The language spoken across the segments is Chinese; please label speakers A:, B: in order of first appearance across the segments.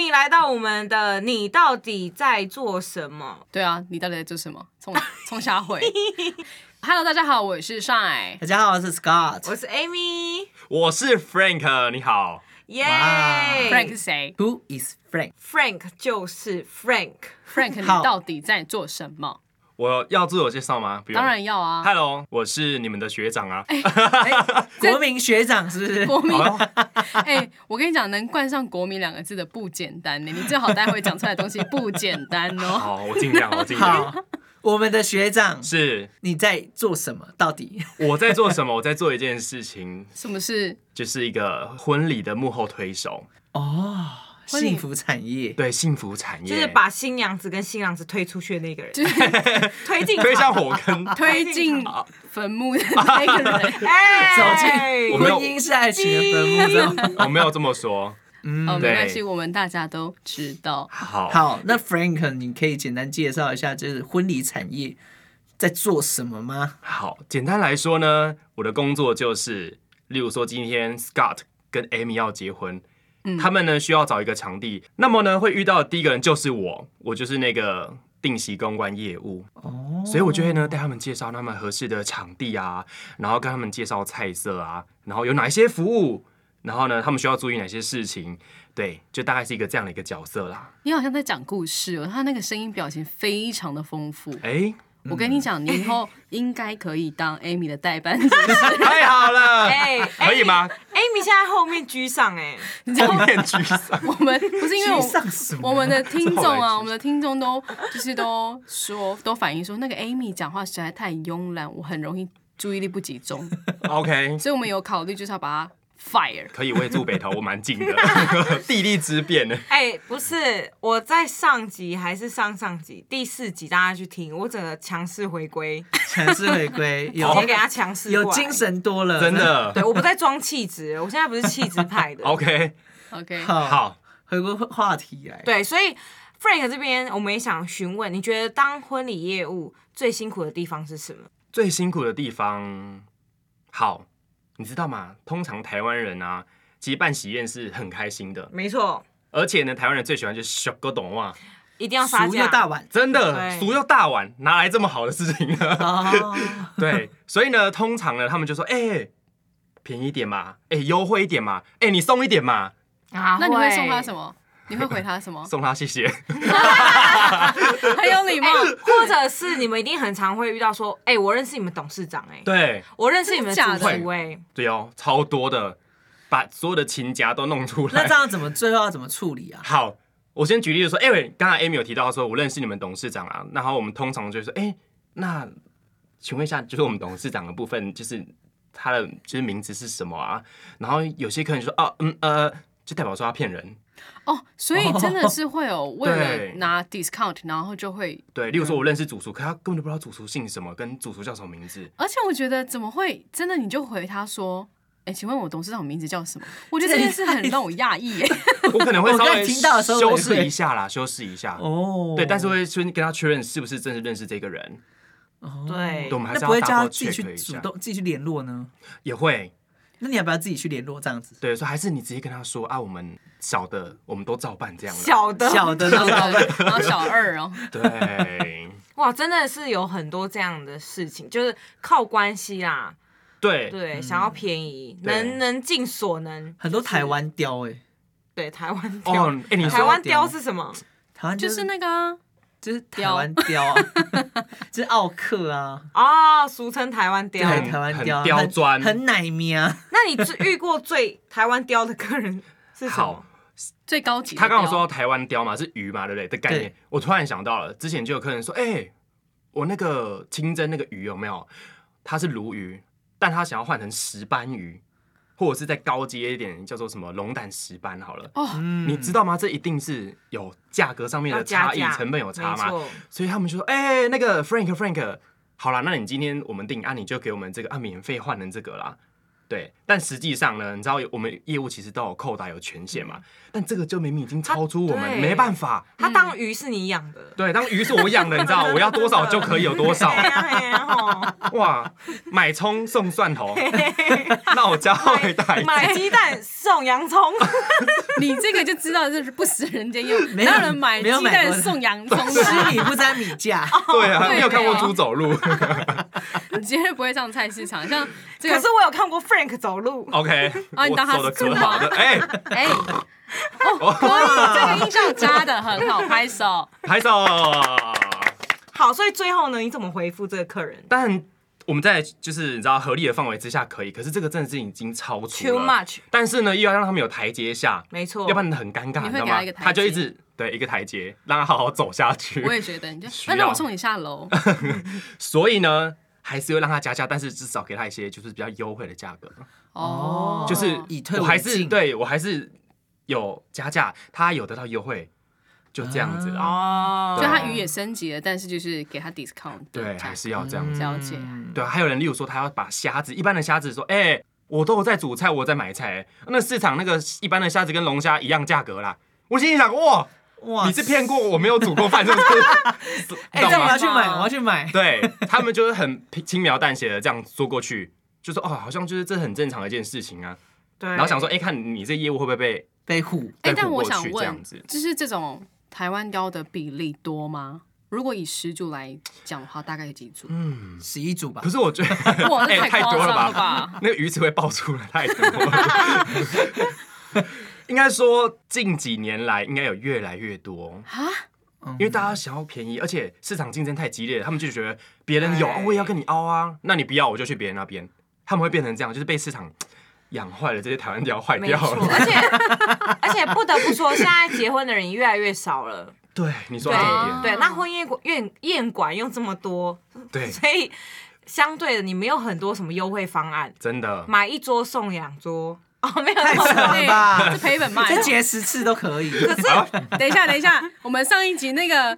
A: 迎来到我们的你到底在做什么？
B: 对啊，你到底在做什么？冲 冲下回。Hello，大家好，我是帅。
C: 大家好，我是 Scott。
A: 我是 Amy，
D: 我是 Frank，你好，
A: 耶
C: 哇
B: Frank 是谁
C: Who is Frank？
A: Frank 就是 Frank，
B: ？Frank，你
C: 好
B: 到底在做什么？
D: 我要自我介绍吗？不用
B: 当然要啊。
D: ，Hello，我是你们的学长啊，
C: 哎国民学长是不是？
B: 国民，
D: 啊
B: 哎、我跟你讲，能冠上“国民”两个字的不简单呢。你最好待会讲出来的东西不简单哦。
D: 好，我尽量，我尽量，
C: 好，我们的学长，
D: 是
C: 你在做什么？到底？
D: 我在做什么？我在做一件事情，
B: 什么是
D: 就是一个婚礼的幕后推手，
C: 哦，
B: 婚 礼
C: 幸福产业。
D: 对，幸福产业，
A: 就是把新娘子跟新郎子推出去的那个人， 推进
D: 推向火坑，
B: 推进坟墓的那个人？
A: 哎，
D: 我
C: 婚
D: 没有
C: 姻是爱情的坟墓知道吗。
D: 我没有这么说，
B: 哦，没关系，
D: 嗯对
B: 我们大家都知道。
D: 好，
C: 好，那 Frank，你可以简单介绍一下，就是婚礼产业在做什么吗？
D: 好，简单来说呢，我的工作就是，例如说今天 Scott 跟 Amy 要结婚，
A: 嗯
D: 他们呢需要找一个场地，那么呢会遇到的第一个人就是我，我就是那个定席公关业务，
C: 哦，
D: 所以我就会呢带他们介绍他们合适的场地啊，然后跟他们介绍菜色啊，然后有哪一些服务，然后呢他们需要注意哪些事情，对，就大概是一个这样的一个角色啦。
B: 你好像在讲故事哦，他那个声音表情非常的丰富。
D: 哎、
B: 我跟你讲，你以后应该可以当 Amy 的代
D: 嗯
B: 班 主持人。
D: 太好了，
A: 哎
D: 可以吗？
A: Amy 现在后面居上哎，
B: 你知道
D: 后
B: 吗？
D: 面沮丧。
B: 我们不是因为我
C: 沮丧什么
B: 我们的听
D: 这
B: 众
D: 好
B: 啊，
D: 难
B: 我们的听众都就是都说 都反映说，那个 Amy 讲话实在太慵懒，我很容易注意力不集 中，
D: OK，
B: 所以我们有考虑就是要把它 fire。
D: 可以，我也住北投，我蛮近的， 地利之便呢。
A: 哎、不是，我在上集还是上上集第四集，大家去听，我整个强势回归，
C: 强势回归，有
A: 直接给他强势过
C: 哦有
A: 来
C: 精。神多了，
D: 真。的
A: 对，我不再装气质了，我现在不是气质派的。
D: OK，
B: OK，
A: 嗯
C: 好，
D: 好，
C: 回归话题来。
A: 对，所以 Frank 这边我们也想询问，你觉得当婚礼业务最辛苦的地方是什么？
D: 最辛苦的地方，好，你知道吗？通常台湾人啊，其实办喜宴是很开心的，
A: 没错，
D: 而且呢，台湾人最喜欢就是小哥懂哇，
A: 一定要杀
C: 熟又大
A: 价。
C: 碗
D: 真的
A: 对
D: 俗又大碗，哪来这么好的事情呢？
C: 哦，
D: 对，所以呢，通常呢，他们就说，哎、便宜一点嘛，哎、优惠一点嘛，哎、你送一点嘛，
A: 啊
B: 那你
D: 欸
B: 会送他什
A: 么？
B: 么？你会回他 什么？
D: 送他谢谢。
B: 很有礼貌
A: 哎。或者是你们一定很常会遇到说，哎、我认识你们董事长、哎，
D: 对，
A: 我认识你们主
B: 真的假
D: 的
A: 厨、哎，
D: 对哦，超多的，把所有的亲家都弄出来。
C: 那这样怎么最后要怎么处理啊？
D: 好，我先举例就说，哎、喂，刚才 Amy 有提到说，我认识你们董事长啊，然后我们通常就说，哎、那请问一下，就是我们董事长的部分，就是他的就是名字是什么啊？然后有些客人就说，哦，嗯呃，就代表说他骗人。
B: 哦，所以真的是会有为了拿 discount，然后就会，
D: 对，例如
C: 嗯
D: 说我认识主厨，可他根本就不知道主厨姓什么，跟主厨叫什么名字。
B: 而且我觉得怎么会真的你就回他说，哎，请问我董事长名字叫什么？我觉得这件事很让我讶异耶。
D: 我可能会稍
C: 我刚
D: 微
C: 才听到的时候我也
D: 修
C: 会
D: 饰一下啦，修饰一下。
C: 哦，
D: 对，但是会先跟他确认是不是真的认识这个人，
A: 对
C: 哦
D: 对，我，们还
C: 那
D: 是
C: 不会
D: 要
C: 叫
D: 大
C: 他
D: 包
C: 自己
D: check
C: 去
D: 一
C: 主
D: 下，
C: 动自己去联络呢？
D: 也会
C: 那你要不要自己去联络这样 子？
D: 对，所以还是你直接跟他说啊，我们小的我们都照办这样了。
A: 小的
C: 小的呢，
B: 然后小二哦，
D: 对
A: 哇，真的是有很多这样的事情，就是靠关系啦，
D: 对
A: 对，想要便宜，
D: 对
A: 能能尽所能。
C: 很多台湾雕哎，
A: 对台湾雕，
D: 哦，哎，你
A: 台
D: 说
A: 湾雕是什么？
C: 台湾
B: 就是那个啊
C: 就是台湾雕啊， 就是奥克 啊，
A: 哦，俗称台湾雕。
C: 对，台湾雕啊
D: 很刁
C: 很
D: 钻
C: 很奶咪啊。
A: 那你最遇过最台湾雕的客人是什么
D: 好？，
B: 最高级的
D: 他
B: 标。
D: 刚刚说到台湾雕嘛，是鱼嘛，对不对？的概念
C: 对，
D: 我突然想到了，之前就有客人说，哎，我那个清蒸那个鱼有没有？它是鲈鱼，但他想要换成石斑鱼，或者是再高阶一点，叫做什么龙胆石斑好了。
B: 哦
D: 你知道吗？这一定是有价格上面
A: 要
D: 的
A: 加
D: 差异
A: 价，，
D: 成本有差
A: 没
D: 嘛。
A: 错
D: 所以他们就说：“哎、那个 Frank Frank，好啦，那你今天我们订啊，你就给我们这个啊，免费换成这个啦。”对，但实际上呢，你知道我们业务其实都有扣打有权限
B: 嗯
D: 嘛，但这个就明明已经超出我
B: 啊
A: 它对
D: 们，没办法。
A: 它当鱼是你养的，
D: 对，当鱼是我养的，你知道， 我要多少就可以有多少
A: 嘿。呀嘿呀吼
D: 哇，买葱送蒜头，那我加回带。
A: 买鸡蛋送洋葱，
B: 你这个就知道这是不食人间烟火，
C: 没有
B: 哪有人买
C: 没有
B: 鸡
C: 买
B: 蛋
C: 过的
B: 送洋葱啊
C: 吃
B: 的？
C: 米不沾米价，
D: 对啊，
B: 对
D: 你有看过
B: 没有
D: 猪走 路
B: 你绝对不会上菜市场，像这
A: 可
B: 个
A: 是我有看过 Frank 走路，
D: ？OK，
B: 啊你
D: 我
B: 当它
D: 走的
B: 是猪
D: 可好
B: 吗
D: 的，哎，
B: 哎、哦，可以，这个印象扎的很好，拍手。
D: 拍手。
A: 好，所以最后呢，你怎么回复这个客人
D: 但我们在就是你知道合理的范围之下可以，可是这个真的是已经超出
A: ？Too
D: 了。
A: much，
D: 但是呢，又要让他们有台阶下，
A: 没错，
D: 要不然很尴尬，
B: 你会
D: 你知道
B: 给他
D: 吗
B: 一个？台阶
D: 他就一直对一个台阶，让他好好走下去
B: 我。也觉得，你就
D: 需
B: 那
D: 要
B: 让我送你下楼，
D: 所以呢，还是会让他加价，但是至少给他一些就是比较优惠的价格。
B: 哦，
D: 就是
C: 以退
D: 我
C: 为
D: 还是
C: 进。
D: 对我还是有加价，他有得到优惠，就这样子啦。啊
A: 哦，
B: 所以他鱼也升级了，但是就是给他 discount，的
D: 对，
B: 价
D: 还是要这样子。
B: 了解。
C: 嗯
D: 对，啊还有人例如说他要把虾子，一般的虾子说，哎、我都有在煮菜，我有在买菜，那市场那个一般的虾子跟龙虾一样价格啦。我心里想，哇，
C: 哇
D: 你是骗过我，我没有煮过饭，是 不是？
C: 哎，这
D: 懂
C: 样我
D: 吗
C: 要去买，我要去买。
D: 对他们就是很轻描淡写的这样说过去，就说哦，好像就是这很正常的一件事情啊。
A: 对，
D: 然后想说，哎、看你这业务会不会被
C: 被虎
B: 哎、
D: 被
B: 但
D: 唬
B: 我
D: 过
B: 想
D: 去这样
B: 问
D: 子，？
B: 就是这种台湾雕的比例多吗？如果以十组来讲的话，大概有几组？
C: 十一组吧
D: 可，是我觉得，
B: 哇，这
D: 哎
B: 太
D: 太
B: 夸
D: 多
B: 张
D: 了吧
B: 了吧！
D: 那个鱼池会爆出来太多了。应该说近几年来，应该有越来越多
B: 啊，
D: 因为大家想要便宜，而且市场竞争太激烈了，他们就觉得别人有，
A: 哎
D: 哦我也要跟你凹啊，那你不要我就去别人那边，他们会变成这样，就是被市场养坏了，这些台湾雕坏
A: 没
D: 掉
A: 错，
D: 了。
A: 而且而且不得不说，现在结婚的人越来越少了，
D: 对，你说
A: 对
D: 到
B: 啊
D: 重点，
A: 对，那婚宴馆宴宴馆又这么多，
D: 对，
A: 所以相对的你没有很多什么优惠方案，
D: 真的。
A: 买一桌送两桌哦，没有
C: 太
A: 那
C: 扯
A: 么多。
C: 了吧
B: 这？赔本卖
C: 这
B: 了。
C: 结十次都可以。
B: 等一下，等一下，我们上一集那个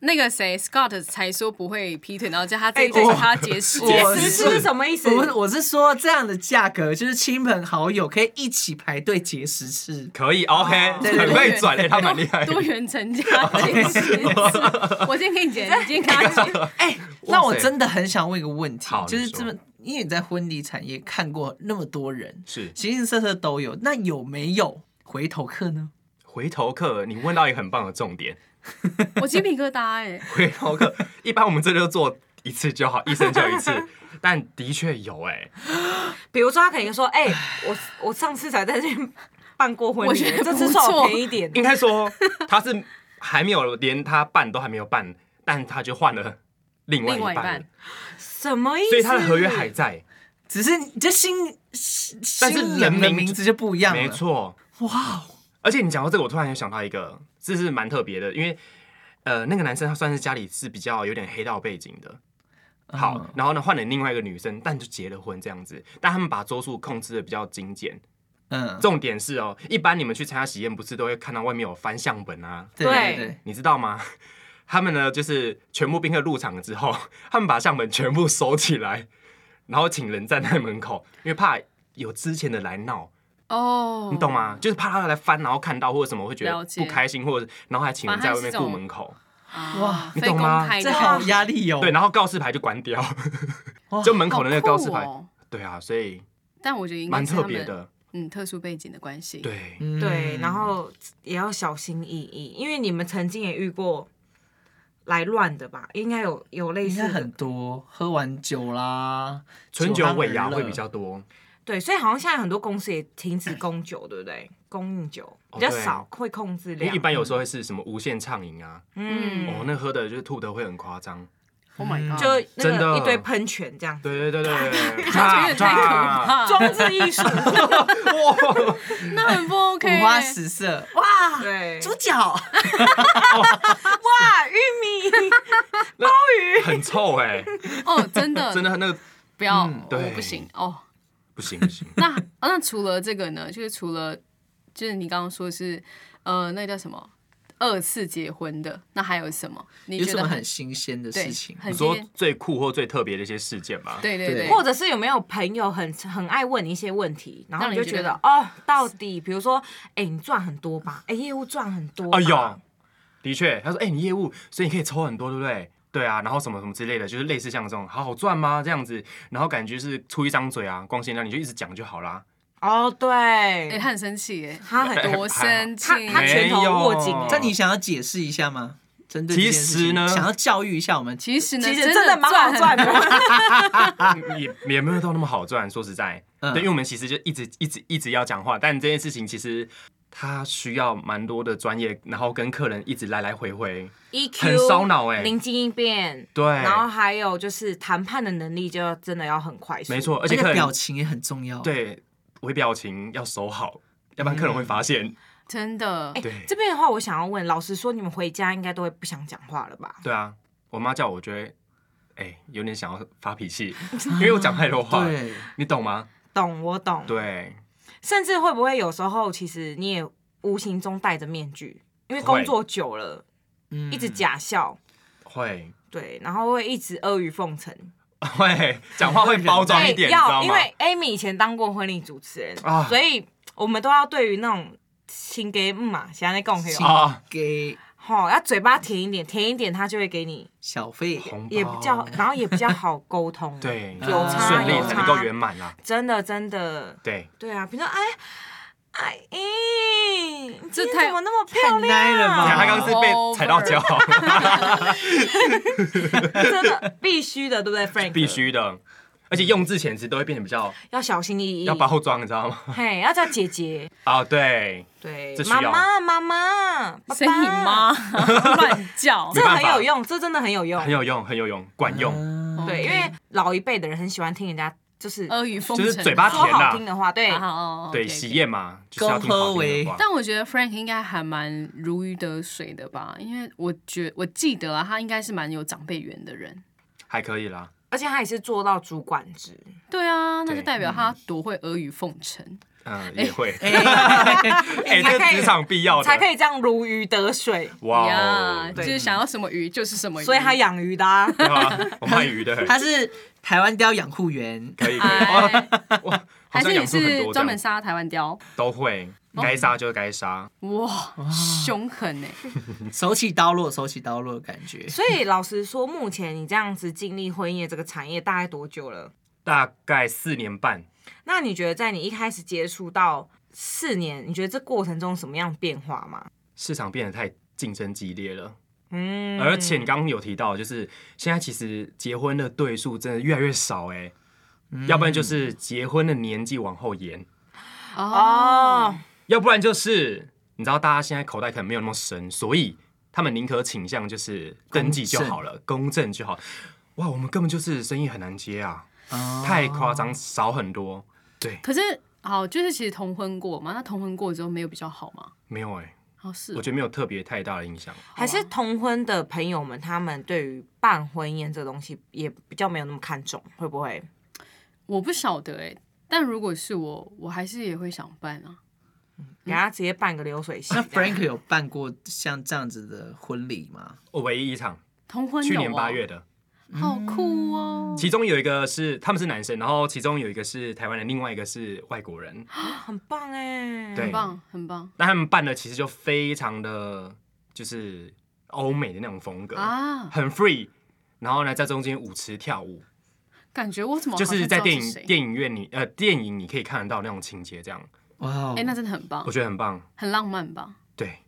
B: 那个谁 Scott 才说不会劈腿，然后叫他这一集
C: 哎
B: 说
C: 我
B: 他结识
C: 我
B: 结
A: 解
C: 我
B: 识
A: 释
C: 是
A: 是什么意思？
C: 我我是说这样的价格，就是亲朋好友可以一起排队结十次。
D: 可以，OK，
C: 对对
D: 很会转哎，他蛮厉害的。
B: 多元成家结 识，我先给你结，你先给他结。
C: 哎，那我真的很想问一个问题
D: 好，
C: 就是
D: 你说
C: 这么，因为你在婚礼产业看过那么多人，
D: 是
C: 形形色色都有，那有没有回头客呢？
D: 回头客，你问到一个很棒的重点。
B: 我鸡皮疙瘩哎、
D: 回头客，一般我们这就做一次就好，一生就一次。但的确有哎、
A: 比如说他可能说，哎、我我上次才在这边办过婚
B: 我
A: 礼，
B: 觉得
A: 这
B: 不
A: 次算
B: 错
A: 我便宜一点。
D: 应该说他是还没有连他办都还没有办，但他就换了另外一
B: 另外一
D: 半了，
B: 半
A: 什么意思？
D: 所以他的合约还在，
C: 只是你这新新
D: 但是
C: 新
D: 人
C: 人的
D: 名
C: 名字就不一样了。
D: 没错。
C: 哇哦，
D: 而且你讲到这个，我突然又想到一个，这是蛮特别的，因为呃，那个男生他算是家里是比较有点黑道背景的。好
C: 嗯，
D: 然后呢，换了另外一个女生，但就结了婚这样子，但他们把桌数控制的比较精简。
C: 嗯，
D: 重点是哦，一般你们去参加喜宴，不是都会看到外面有翻相本啊，
C: 对
A: 对
C: 对对，
D: 你知道吗？他们呢，就是全部宾客入场了之后，他们把相本全部收起来，然后请人站在门口，因为怕有之前的来闹，
B: 哦，
D: 你懂？吗？就是怕他来翻，然后看到或者什么会觉
B: 了
D: 得
B: 解
D: 不开心，或者然后还请人在外面顾门口，
B: 啊、
C: 哇
B: 非
D: 你懂
B: 公
D: 吗
B: 开
C: 这
B: 的
C: 好有压力哦。
D: 对，然后告示牌就关掉
C: 哇，
D: 就门口的那个告示牌
B: 好，酷哦
D: 对啊，所以
B: 但我觉得应该
D: 蛮
B: 是他
D: 特
B: 们
D: 别，的，
B: 嗯，特殊背景的关系。，
D: 对，
C: 嗯
A: 对，然后也要小心翼翼，因为你们曾经也遇过来乱的吧？应该有有类
C: 应
A: 似
C: 该
A: 的
C: 很多，喝完酒啦，
D: 春酒尾牙
C: 酒酣而乐
D: 会比较多，
A: 对，所以好像现在很多公司也停止供酒，对不对？供应酒比较
D: 哦对
A: 少，会控制
D: 因
A: 量
D: 为一。般有时候会是什么无限畅饮啊，
A: 嗯，
D: 哦，那喝的就是吐的会很夸张，
B: ，Oh my god，
A: 就那
D: 真
A: 个
D: 的
A: 一堆喷泉这样。
D: 对对对 对，
B: 有点太可
D: 哇
B: 怕，
A: 装置艺术，
B: 那很不 OK 欸、
C: 五花十色，
A: 哇，对，
C: 啊猪 脚，
A: 哇，玉米，
D: 很臭哎、欸
B: 哦，真的嗯
D: 真的那个嗯
B: 不要，
D: 对
B: 我不行哦。
D: 不不行不 行，
B: 那啊那除了这个呢，就是除了就是你刚刚说是呃，那叫什么二次结婚的，那还有什么？你
C: 有
B: 觉
C: 什
B: 得
C: 么很新鲜的
B: 对
C: 事情？
B: 很
D: 你说
B: 新鲜
D: 最酷或最特别的一些事件吗？
B: 对对
C: 对
B: 对，
A: 或者是有没有朋友很很爱问你一些问题，然后
B: 让
A: 你
B: 你
A: 就
B: 觉
A: 觉得
B: 得
A: 哦，到底比如说，哎、你赚很多吧？哎、业务赚很多吧，
D: 哎呦，的确，他说，哎、你业务，所以你可以抽很多，对不对？对啊，然后什么什么之类的，就是类似像这种，好好赚吗？这样子，然后感觉是出一张嘴啊，光鲜亮，你就一直讲就好啦。
A: 哦，
B: 哎、
A: 对，
B: 他很生气哎，
A: 他很
B: 多生气
A: 他，他拳头握紧、
D: 没有
A: 哎
C: 但你想要解释一下吗？针对这件事情
D: 哦其实呢
C: 想要教育一下我们，
B: 其实呢，
A: 其实
B: 真
A: 真的蛮好赚
B: 很多。
A: 的。
D: 也也没有到那么好赚，说实在，
C: 嗯
D: 对，因为我们其实就一直一直一直要讲话，但这件事情其实它需要蛮多的专业，然后跟客人一直来来回回，
A: EQ
D: 很烧脑哎
A: 灵机应变，
D: 对，
A: 然后还有就是谈判的能力，就真的要很快速。
D: 没，错，而
C: 而
D: 且客
C: 且
D: 人
C: 表情也很重要。，
D: 对微表情要守好，要不然客人会发现，
B: 真的
A: 哎、，
D: 对
A: 这边的话，我想要问，老实说，你们回家应该都会不想讲话了吧？
D: 对啊，我妈叫我觉得，哎、有点想要发脾气，因为我讲太 多话，
C: 对，
D: 你懂吗？
A: 懂，我懂。
D: 对，
A: 甚至会不会有时候，其实你也无形中戴着面具，因为工作久了，
C: 嗯
A: 一直假笑，
D: 嗯会
A: 对，然后会一直阿谀奉承。
D: 会讲话会包装一
A: 对，
D: 点，你知
A: 要
D: 道
A: 因
D: 吗？
A: 为 Amy 以前当过婚礼主持人，
D: 啊
A: 所以我们都要对于那种亲给嗯嘛，现在讲可以
C: 亲
D: 啊，
C: 给
A: 好，要嘴巴甜一点，甜一点，他就会给你，
C: 小费，
D: 红包
A: 也比较，然后也比较好沟通。，
D: 啊对，
C: 有差
D: 顺利
C: 有
D: 才
C: 差
D: 能够圆满啦。
A: 真的真的，
D: 对，
A: 对啊，比如说哎，哎，咦你
B: 这
A: 今天
B: 太
A: 怎么那么漂
C: 太
A: 亮？
C: 奶了
B: 哦
C: 吧
D: 你看他刚刚是被踩到脚，
A: 真的必须的，对 不对，Frank？
D: 必须的。而且用字遣词都会变得比 较
A: 要小心翼翼，
D: 要包装，你知道吗？
A: 嘿，要叫姐姐，
D: 啊，对，
A: 对
D: 这，需
A: 妈
D: 要
A: 妈妈妈，爸爸
B: 所以你， 妈乱叫
D: 没
A: 这
D: 办
A: 很
D: 法
A: 有用，这真的很有用
B: 哦
D: 很，有用，很有用，管用，
C: 啊
A: 对，因为老一辈的人很喜欢听人家就是
B: 阿谀奉承，
D: 就是嘴巴
A: 说
D: 甜啦
A: 好听的话，对
B: 啊，呃好
D: 对，喜。宴嘛，就是要听好听的话。
B: 但我觉得 Frank 应该还蛮如鱼得水的吧，因为我觉我记得啊，他应该是蛮有长辈缘的人。
D: 还可以啦，
A: 而且他也是做到主管职，
B: 对啊，那就
D: 对
B: 代表他多会阿谀奉承。
D: 嗯，也会，
C: 哎
D: 哎，这职场必要的，
A: 才可以这样如鱼得水，
D: 哇
B: 呀
D: 哦，
B: 就
D: 对
B: 是想要什么鱼就是什
D: 嗯
B: 么鱼，
A: 嗯所以他养鱼的 啊。
D: 啊，我卖鱼的，
C: 他是台湾雕养护员，
D: 可以可以，哇
B: 哎，
D: 哇，好
B: 还
D: 像
B: 是
D: 养
B: 你
D: 出很
B: 是
D: 多这
B: 专门哦
D: 样，
B: 杀台湾雕？
D: 都会，该杀就该杀，
B: 哇，凶狠哎！
C: 手起刀落，手起刀落的感觉。
A: 所以老实说，目前你这样子经历婚宴这个产业大概多久了？
D: 大概四年半，
A: 那你觉得在你一开始接触到四年，你觉得这过程中有什么样的变化吗？
D: 市场变得太竞争激烈了。
A: 嗯，
D: 而且你刚刚有提到，就是现在其实结婚的对数真的越来越少哎、要不然就是结婚的年纪往后延，
A: 哦，
D: 要不然就是你知道大家现在口袋可能没有那么深，所以他们宁可倾向就是登记就好了，公证就好。哇，我们根本就是生意很难接啊，
C: 哦
D: 太夸张，少很多。对，
B: 可是好，就是其实同婚过嘛，那同婚过之后没有比较好吗？
D: 没有哎、
B: 好是哦
D: 我觉得没有特别太大的影响。
A: 还是同婚的朋友们，他们对于办婚宴这东西也比较没有那么看重，会不会？
B: 我不晓得哎、但如果是我，我还是也会想办啊。
A: 给他直接办个流水席这
C: 那
A: 样？
C: Frank 有办过像这样子的婚礼吗？
D: 我唯一一场，
B: 同婚、哦、
D: 去年八月，的，
B: 好酷哦！
D: 其中有一个是他们是男生，然后其中有一个是台湾人，另外一个是外国人。
A: 啊很棒哎，
D: 对
B: 很棒，很棒
D: 那他们办的其实就非常的就是欧美的那种风格，
B: 啊！
D: 很 free。然后呢，在中间舞池跳舞，
B: 感觉我怎哦么好
D: 就
B: 像知
D: 是
B: 道
D: 在电
B: 是
D: 影
B: 谁
D: 电影院你呃电影你可以看得到那种情节，这样
C: 哇哦
B: 哎、，那真的很棒
D: 我，觉得很棒。
B: 很浪漫吧？嗯
D: 对，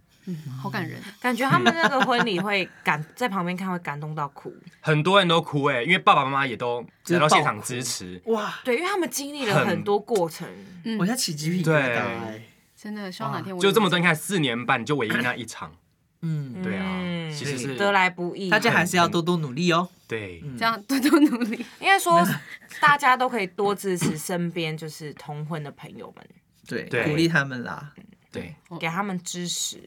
B: 好感人。
A: 感觉他们那个婚礼会感在旁边看会感动到哭，
D: 很多人都哭哎、因为爸爸妈妈也都
C: 就是
D: 来到现场
C: 爆哭
D: 支持。
C: 哇，
A: 对，因为他们经历了
D: 很
A: 很多过程，
B: 嗯
C: 我现在起鸡皮疙瘩
D: 对
C: 哎。
B: 真的，希望哪天我
D: 就这么
B: 多
D: 多，你看四年半就唯一那一场，
C: 嗯，
D: 对啊
A: 嗯，
D: 其实是
A: 得来不易。
C: 大家还是要多多努力哦。
D: 对，
B: 这样多多努力。
A: 应该说，大家都可以多支持身边就是同婚的朋友们，
C: 对，
D: 对
C: 鼓励他们啦。
D: 对，
B: 哦
A: 给他们支持。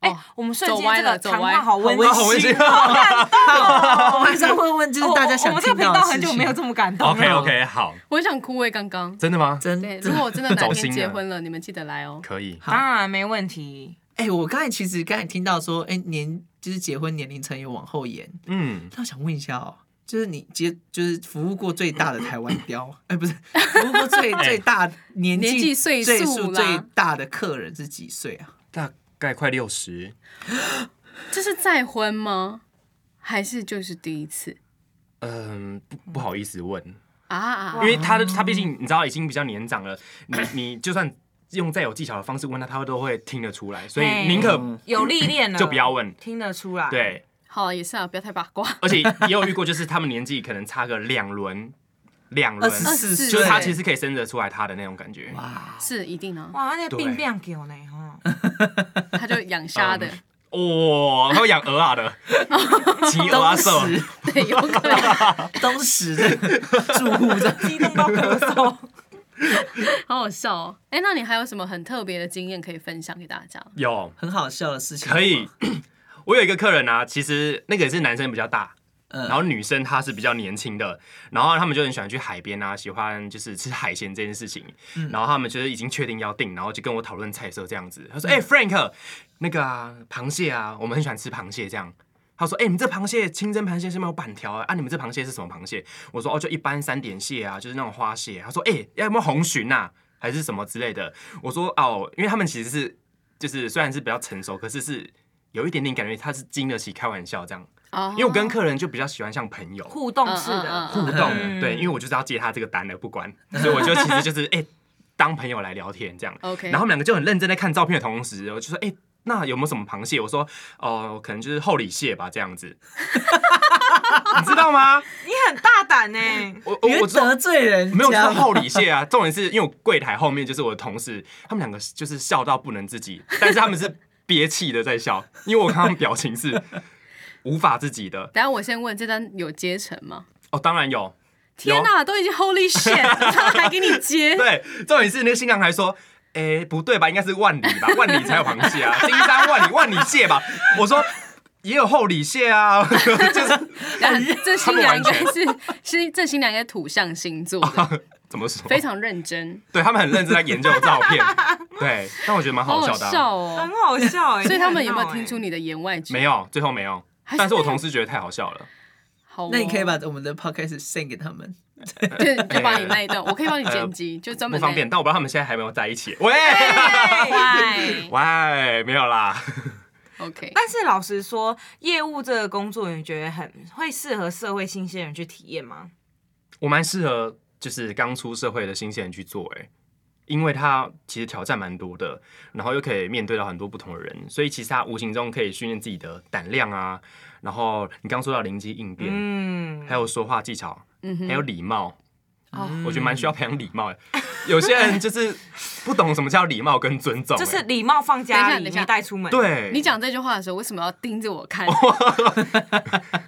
A: 哎
B: 哦，
A: 我们瞬
B: 走
A: 间
B: 歪
A: 这个
B: 了走
A: 谈
B: 歪
A: 话好温
C: 好温
D: 好温
A: 馨
D: 馨。
C: 我们还是会问，就是
A: 哦
C: 大家
A: 我
C: 想
A: 们这个
C: 听
A: 频
C: 到
A: 道
C: 的
A: 很
C: 事
A: 久
C: 情。
A: 没有这么感动了。
D: OK OK，好，
B: 我很想哭诶，刚刚。
D: 真的吗？
C: 真
B: 对，如果真的哪
D: 走
B: 天
D: 心了
B: 结婚了，你们记得来 哦。
D: 可以，
C: 好
A: 当然没问题。
C: 哎、我刚才其实刚才听到说，哎、年就是结婚年龄层有往后延，
D: 嗯，
C: 那我想问一下哦，就是你接就是服务过最大的台湾雕，哎、不是服务过最
D: 哎
C: 最大年纪
B: 年纪岁数啦
C: 岁数最大的客人是几岁啊？
D: 大概快六十，
B: 这是再婚吗？还是就是第一次
D: 嗯，不不好意思问，
B: 啊啊？
D: 因为他
C: 哦
D: 的他毕竟你知道已经比较年长了，你你就算用再有技巧的方式问他，他都会听得出来，所以
A: 哎
D: 宁可
C: 嗯
A: 有历练了，
D: 就不要问
A: 听得出来。，
D: 对，
B: 好了，也是啊，不要太八卦。
D: 而且也有遇过，就是他们年纪可能差个两轮，两轮
C: 二，十四岁，
D: 就是他其实可以生得出来他的那种感觉。
C: 哇，
B: 是一定啊，
A: 哇，那个
D: 对
A: 病变给我呢哈。
B: 他就养虾的，
D: 哦，他会养 鹅啊的，骑鹅啊兽
C: 当，时
B: 对，有可能。
C: 当时的住户的
A: 激动到咳 嗽。
B: 好好笑哦。哎、那你还有什么很特别的经验可以分享给大家？
D: 有
C: 很好笑的事情，
D: 可以。我有一个客人啊，其实那个也是男生比较大，
C: 嗯，
D: 然后女生她是比较年轻的，然后他们就很喜欢去海边啊，喜欢就是吃海鲜这件事情。然后他们就是已经确定要订，然后就跟我讨论菜色这样子。他说：“哎、f r a n k 那个啊，螃蟹啊，我们很喜欢吃螃蟹这样。”他说：“哎、你们这螃蟹清蒸螃蟹是没有板条啊？啊，你们这螃蟹是什么螃蟹？”我说：“哦，就一般三点蟹啊，就是那种花蟹。”他说：“哎、要有没有红鲟啊，还是什么之类的？”我说：“哦，因为他们其实是就是虽然是比较成熟，可是是有一点点感觉他是经得起开玩笑这样。”
B: 啊、
D: 因为我跟客人就比较喜欢像朋友
A: 互动式
B: 嗯嗯
A: 的
B: 嗯，
D: 互动，对，因为我就是要接他这个单了，不管，所以我就其实就是哎、当朋友来聊天这样。
B: OK
D: 然后他们两个就很认真在看照片的同时，我就说哎、那有没有什么螃蟹？我说哦、可能就是厚礼蟹吧，这样子， 你知道吗？
A: 你很大胆呢。
D: 我
C: 你
D: 我我
C: 会
D: 知道
C: 得罪人家，
D: 没有就是厚礼蟹啊，重点是因为我柜台后面就是我的同事，他们两个就是笑到不能自己，但是他们是憋气的在笑，因为我看他们表情是无法自己的。
B: 等一下我先问，这单有接成吗？
D: 哦，当然有。
B: 天哪、都已经 Holy shit，了 他还给你接，
D: 对，重点是那个新郎还说。哎、不对吧？应该是万里吧，万里才有螃蟹啊，金山万里，万里蟹吧。我说也有厚礼蟹啊， 就是
B: 然后这新娘应该
D: 他
B: 是是这新娘应该土象星座的，
D: 怎么说？
B: 非常 认真，
D: 对他们很认真在研究照 片，对，但我觉得蛮
B: 好
D: 笑
B: 好
D: 的啊、
B: 笑
A: 很
B: 哦。
A: 好笑哎。
B: 所以他们
A: 你
B: 有
A: 很
B: 没
A: 闹
B: 有听出你的言外之？
D: 没
B: 有。
D: 有，最后没有。
B: 还是
D: 但是我同事觉得太好笑了，
B: 好、哦，
C: 那你可以把我们的 podcast send 给他们，
B: 对，就把你那一段，我可以帮你剪辑，就
D: 哎
B: 专
D: 不
B: 门
D: 方便。。但我不知道他们现在还有没有在一起。喂
B: 坏
D: 喂，没有啦。
B: ，OK，
A: 但是老实说，业务这个工作，你觉得很会适合社会新鲜人去体验吗？
D: 我蛮适合就是刚出社会的新鲜人去做、欸，因为他其实挑战蛮多的，然后又可以面对到很多不同的人，所以其实他无形中可以训练自己的胆量啊，然后你刚说到灵机应变，
A: 嗯，
D: 还有说话技巧，
B: 嗯哼
D: 还有礼貌。
A: 哦
C: 嗯
D: 我觉得蛮需要培养礼貌的。有些人就是不懂什么叫礼貌跟尊重、欸，
A: 就是礼貌放家
B: 等一
A: 里
B: 下等一下
A: 没带出门。，
D: 对
B: 你讲这句话的时候，为什么要盯着 我看？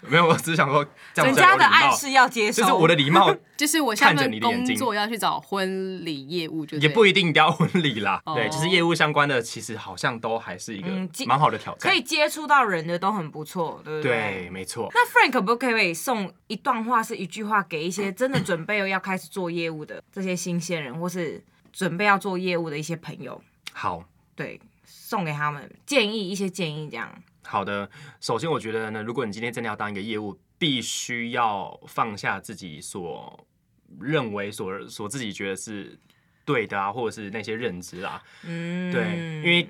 D: 没有，我只是想说这样
A: 人
D: 比较
A: 家
D: 有
A: 的
D: 礼
A: 暗
D: 貌，
A: 示要接收。
D: 就是我的礼貌
B: 就是我下
D: 看着
B: 份
D: 你的眼
B: 工
D: 睛
B: 作要去找婚礼业务，就
D: 也
B: 对
D: 不一定一定要婚礼啦，
B: 哦
D: 对，就是业务相关的，其实好像都还是一个
A: 嗯既
D: 蛮好的挑战。
A: 可以接触到人的都很不错，对不
D: 对，？没错。
A: 那 Frank 可不可以送一段话，是一句话给一些真的准备要开始做业务的这些新鲜人，或是准备要做业务的一些朋友？
D: 好
A: 对，送给他们建议一些建议，这样。
D: 好的，首先我觉得呢，如果你今天真的要当一个业务，必须要放下自己所认为所所自己觉得是对的啊，或者是那些认知啊，
A: 嗯，
D: 对，因为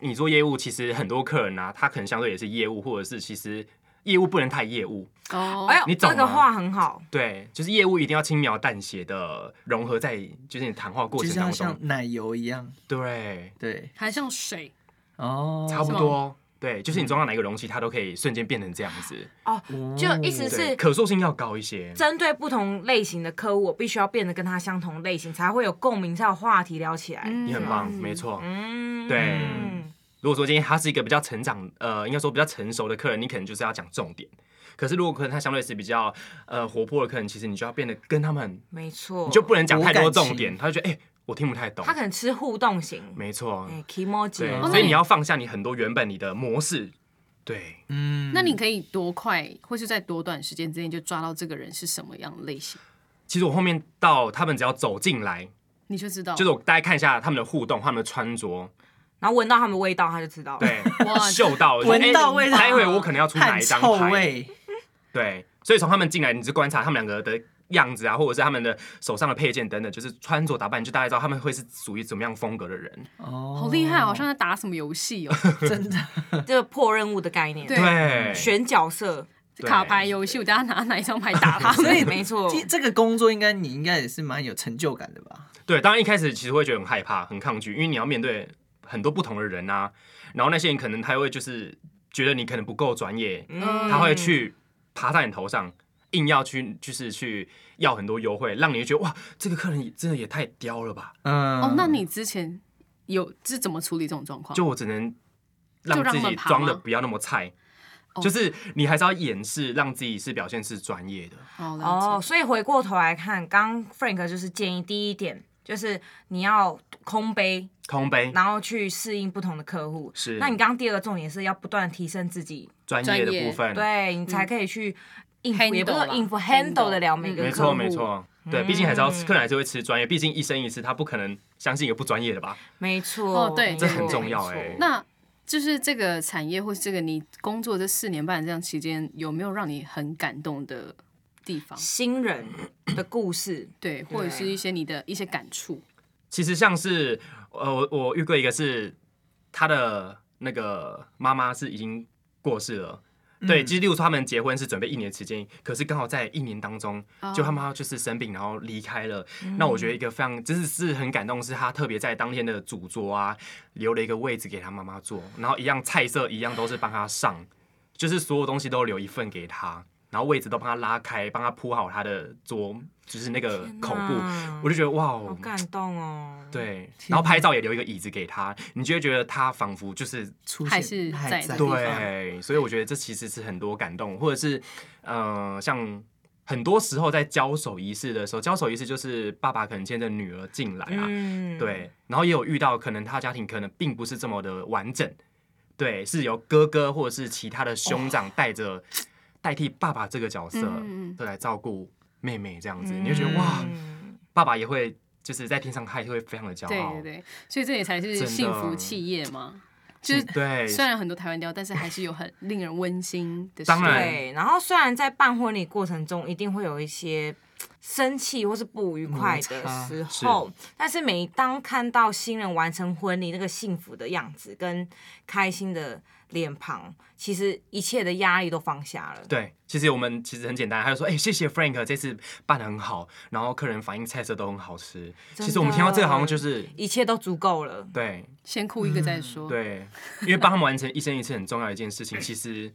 D: 你做业务，其实很多客人啊，他可能相对也是业务，或者是其实业务不能太业务，
B: 哦，
A: 哎呦，
D: 你啊
A: 这
D: 懂
A: 个
D: 吗
A: 话很好。
D: 对，就是业务一定要轻描淡写的融合在就是你谈话过
C: 就
D: 程
C: 是
D: 当
C: 要
D: 中
C: 像，奶油一样，
D: 对，
C: 对，
B: 还像水，
C: 哦，
D: 差不
B: 吗
D: 多。对，就是你装到哪一个容器，它都可以瞬间变成这样子。
A: 哦，就意思
C: 嗯
D: 对，
A: 是
D: 可塑性要高一些。
A: 针对不同类型的客户，我必须要变得跟他相同类型，才会有共鸣，才有话题聊起来。
D: 你很棒，没错。
A: 嗯，
D: 对
A: 嗯
D: 如果说今天他是一个比较成长，呃，应该说比较成熟的客人，你可能就是要讲重点。可是如果可能他相对是比较呃活泼的客人，其实你就要变得跟他们，
A: 没错，
D: 你就不能讲太多
C: 多感情
D: 重点，他就觉得哎、我听不太懂
A: 他。可能吃互动型，
D: 没错，
A: 哎 k i m o j
D: 对，
B: 哦
D: 所以
B: 那
D: 你
B: 你
D: 要放下你很多原本你的模式，对，
C: 嗯，
B: 那你可以多快，或是在多短时间之内就抓到这个人是什么样的类型，
D: 其实我后面到他们只要走进来，
B: 你就知道。
D: 就是我大概看一下他们的互动、他们的穿着，
A: 然后闻到他们味道，他就知道了。
D: 对，
B: 哇
D: 嗅到我就
C: 哦闻到
D: 哎
C: 味道
D: 待会我可能要出哪
C: 汗
D: 一张
C: 臭
D: 牌，
C: 味，
D: 对，所以从他们进来，你就观察他们两个的样子啊，或者是他们的手上的配件等等，就是穿着打扮，你就大概知道他们会是属于怎么样风格的人，
C: 哦，
B: 好厉害，好像在打什么游戏哦，
C: 嗯真的，
A: 这个破任务的概念，
B: 对
D: 对，
A: 选角色，
D: 对
B: 卡牌游戏，我等下拿哪一张牌打他。
A: 所以啊没错，
C: 这这个工作应该你应该也是蛮有成就感的吧？
D: 对，当然一开始其实会觉得很害怕、很抗拒，因为你要面对很多不同的人啊，然后那些人可能他会就是觉得你可能不够专业，
B: 嗯
D: 他会去爬到你头上，硬要去就是去要很多优惠，让你觉得哇，这个客人也真的也太刁了吧！
C: 嗯，
B: 哦，那你之前有是怎么处理这种状况？
D: 就我只能让
B: 哦就让
D: 自
B: 他
D: 己
B: 们爬
D: 装的
B: 吗
D: 不要那么菜，
B: 哦
D: 就是你还是要掩饰，让自己是表现是专业的。
B: 好了解
A: 哦，所以回过头来看，刚 Frank 就是建议第一点就是你要空杯，
D: 空杯
A: 然后去适应不同的客户。
D: 是
A: 那你刚刚第二个重点是要不断地提升自己，
D: 专
B: 专
D: 业的
B: 业
D: 部分，
A: 对你才可以去应付，
B: Handle
A: 也不是说
B: 啦
A: 应付
B: handle
A: handle 得了每个
D: 没
A: 客
D: 错
A: 户。
D: 没，错，对，毕竟还是
B: 嗯
D: 要吃客人还是会吃专业，毕竟一生一世，他不可能相信一个不专业的吧？
A: 没错，
B: 哦对
A: 没
B: 这
A: 错
B: 很重
D: 要
A: 没错
D: 欸
B: 那就是这个产业或是这个你工作这四年半这样期间，有没有让你很感动的地方？
A: 新人的故事，
B: 对，或者是一些你的一些感触？
D: 其实像是呃，我我遇过一个是他的那个妈妈是已经过世了。
A: 嗯
D: 对，其实例如说他们结婚是准备一年时间，可是刚好在一年当中，
A: 哦
D: 就他妈就是生病，然后离开了。
A: 嗯
D: 那我觉得一个非常真是是很感动，是他特别在当天的主桌啊，留了一个位置给他妈妈坐，然后一样菜色一样都是帮他上，就是所有东西都留一份给他，然后位置都帮他拉开，帮他铺好他的桌，就是那个口布
A: 哪，
D: 我就觉得哇哦，
A: 嗯好感动哦。
D: 对，啊然后拍照也留一个椅子给他，你就会觉得他仿佛就是
C: 出现
B: 还是
C: 还
B: 在
C: 在
B: 这个地方
D: 对，所以我觉得这其实是很多感动，或者是呃，像很多时候在交手仪式的时候，交手仪式就是爸爸可能牵着女儿进来啊，
A: 嗯，
D: 对，然后也有遇到可能他家庭可能并不是这么的完整，对，是由哥哥或者是其他的兄长带着、代替爸爸这个角色，
B: 嗯嗯嗯
D: 对来照顾妹妹这样子，
A: 嗯，
D: 你就觉得哇，
A: 嗯
D: 爸爸也会。就是在天上，他也会非常的骄
B: 对
D: 傲。
B: 对对，所以这也才是
D: 真的
B: 幸福企业嘛。就是
D: 对，
B: 虽然很多台湾雕，但是还是有很令人温馨的事。
D: 当然
A: 对，然后虽然在办婚礼过程中一定会有一些嘖生气或是不愉快
C: 摩擦
A: 的时候，但是每当看到新人完成婚礼那个幸福的样子跟开心的脸庞，其实一切的压力都放下了。
D: 对，其实我们其实很简单，他就说，哎、谢谢 Frank 这次办的很好，然后客人反映菜色都很好吃。
A: 真的
D: 其实我们听到这个好像就是
A: 一切都足够了，
D: 对
B: 先哭一个再说。
A: 哦
D: 对，因为帮他们完成一生一次很重要的一件事情，其实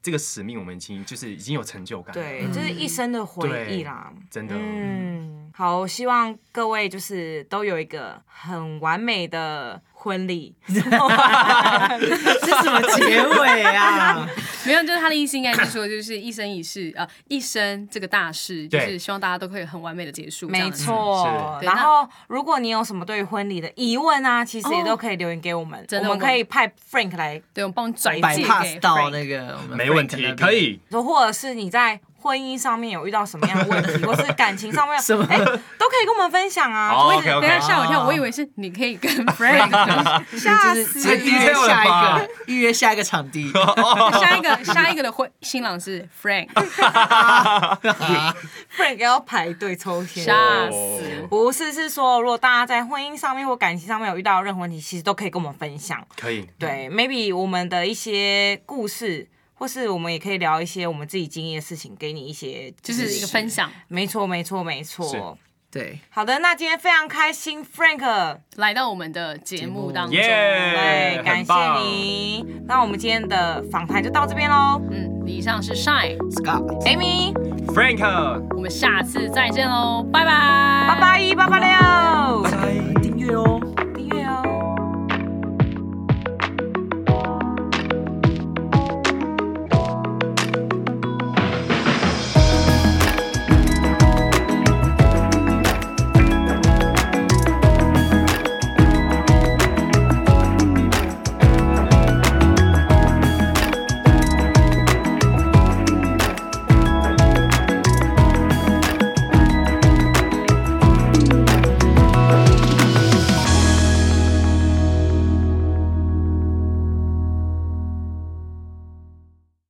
D: 这个使命我们已经就是已经有成就感了。
A: 对，这是一生的回忆啦。
D: 真的，
A: 嗯，好，希望各位就是都有一个很完美的婚礼。
C: 这什么结尾 啊？
B: 没有，就是他的意思应该是说，就是一生一世啊、呃一生这个大事，就
D: 对
B: 是希望大家都可以很完美的结束。这样
A: 没
B: 子，
A: 错，
B: 对
A: 然
B: 那
A: 后如果你有什么对于婚礼的疑问啊，其实也
B: 哦
A: 都可以留言给我们，
B: 真的
A: 我们
B: 我
A: 可
B: 们
A: 以派 Frank 来
B: 对，我们帮你转
C: 摆
B: 介给
C: pass 到
B: Frank
C: 那个我们
D: 没问
C: Frank 那
D: 题，
C: 边
D: 可。以。
A: 说，或者是你在婚姻上面有遇到什么样的问题， 或是感情上面，
C: 什么
A: 哎，都可以跟我们分享
D: 好
A: 啊。
B: 我以为
D: 哦 OK，OK
B: 等一下吓我一跳，我以为是你可以跟 Frank
A: 吓
C: 就是
A: 死
C: 这预约
D: 太 detail 了
C: 下一
D: 吧
C: 个，预约下一个场 地。
B: 下一个下一个的婚新郎是 Frank，
A: Frank 要排队抽签。
B: 吓
D: 哦
B: 死！
A: 不是，是说如果大家在婚姻上面或感情上面有遇到任何问题，其实都可以跟我们分享。
D: 可以，
B: 嗯
A: 对，maybe 我们的一些故事，或是我们也可以聊一些我们自己经历的事情，给你一些
B: 就是一个分享，
A: 没错，没错，没
D: 是
A: 错。
C: 对，
A: 好的，那今天非常开心，Frank，
B: 来到我们的节目当中，
D: 耶
A: 对，，感
D: 很
A: 谢
D: 棒。
A: 你。那我们今天的访谈就到这边喽
B: 嗯，以上是 Shine，
C: Scott，
A: ，Amy，
D: ，Frank，
B: 我们下次再见喽，拜拜，
A: 八八一八八六。
C: 订阅哦。
A: 哦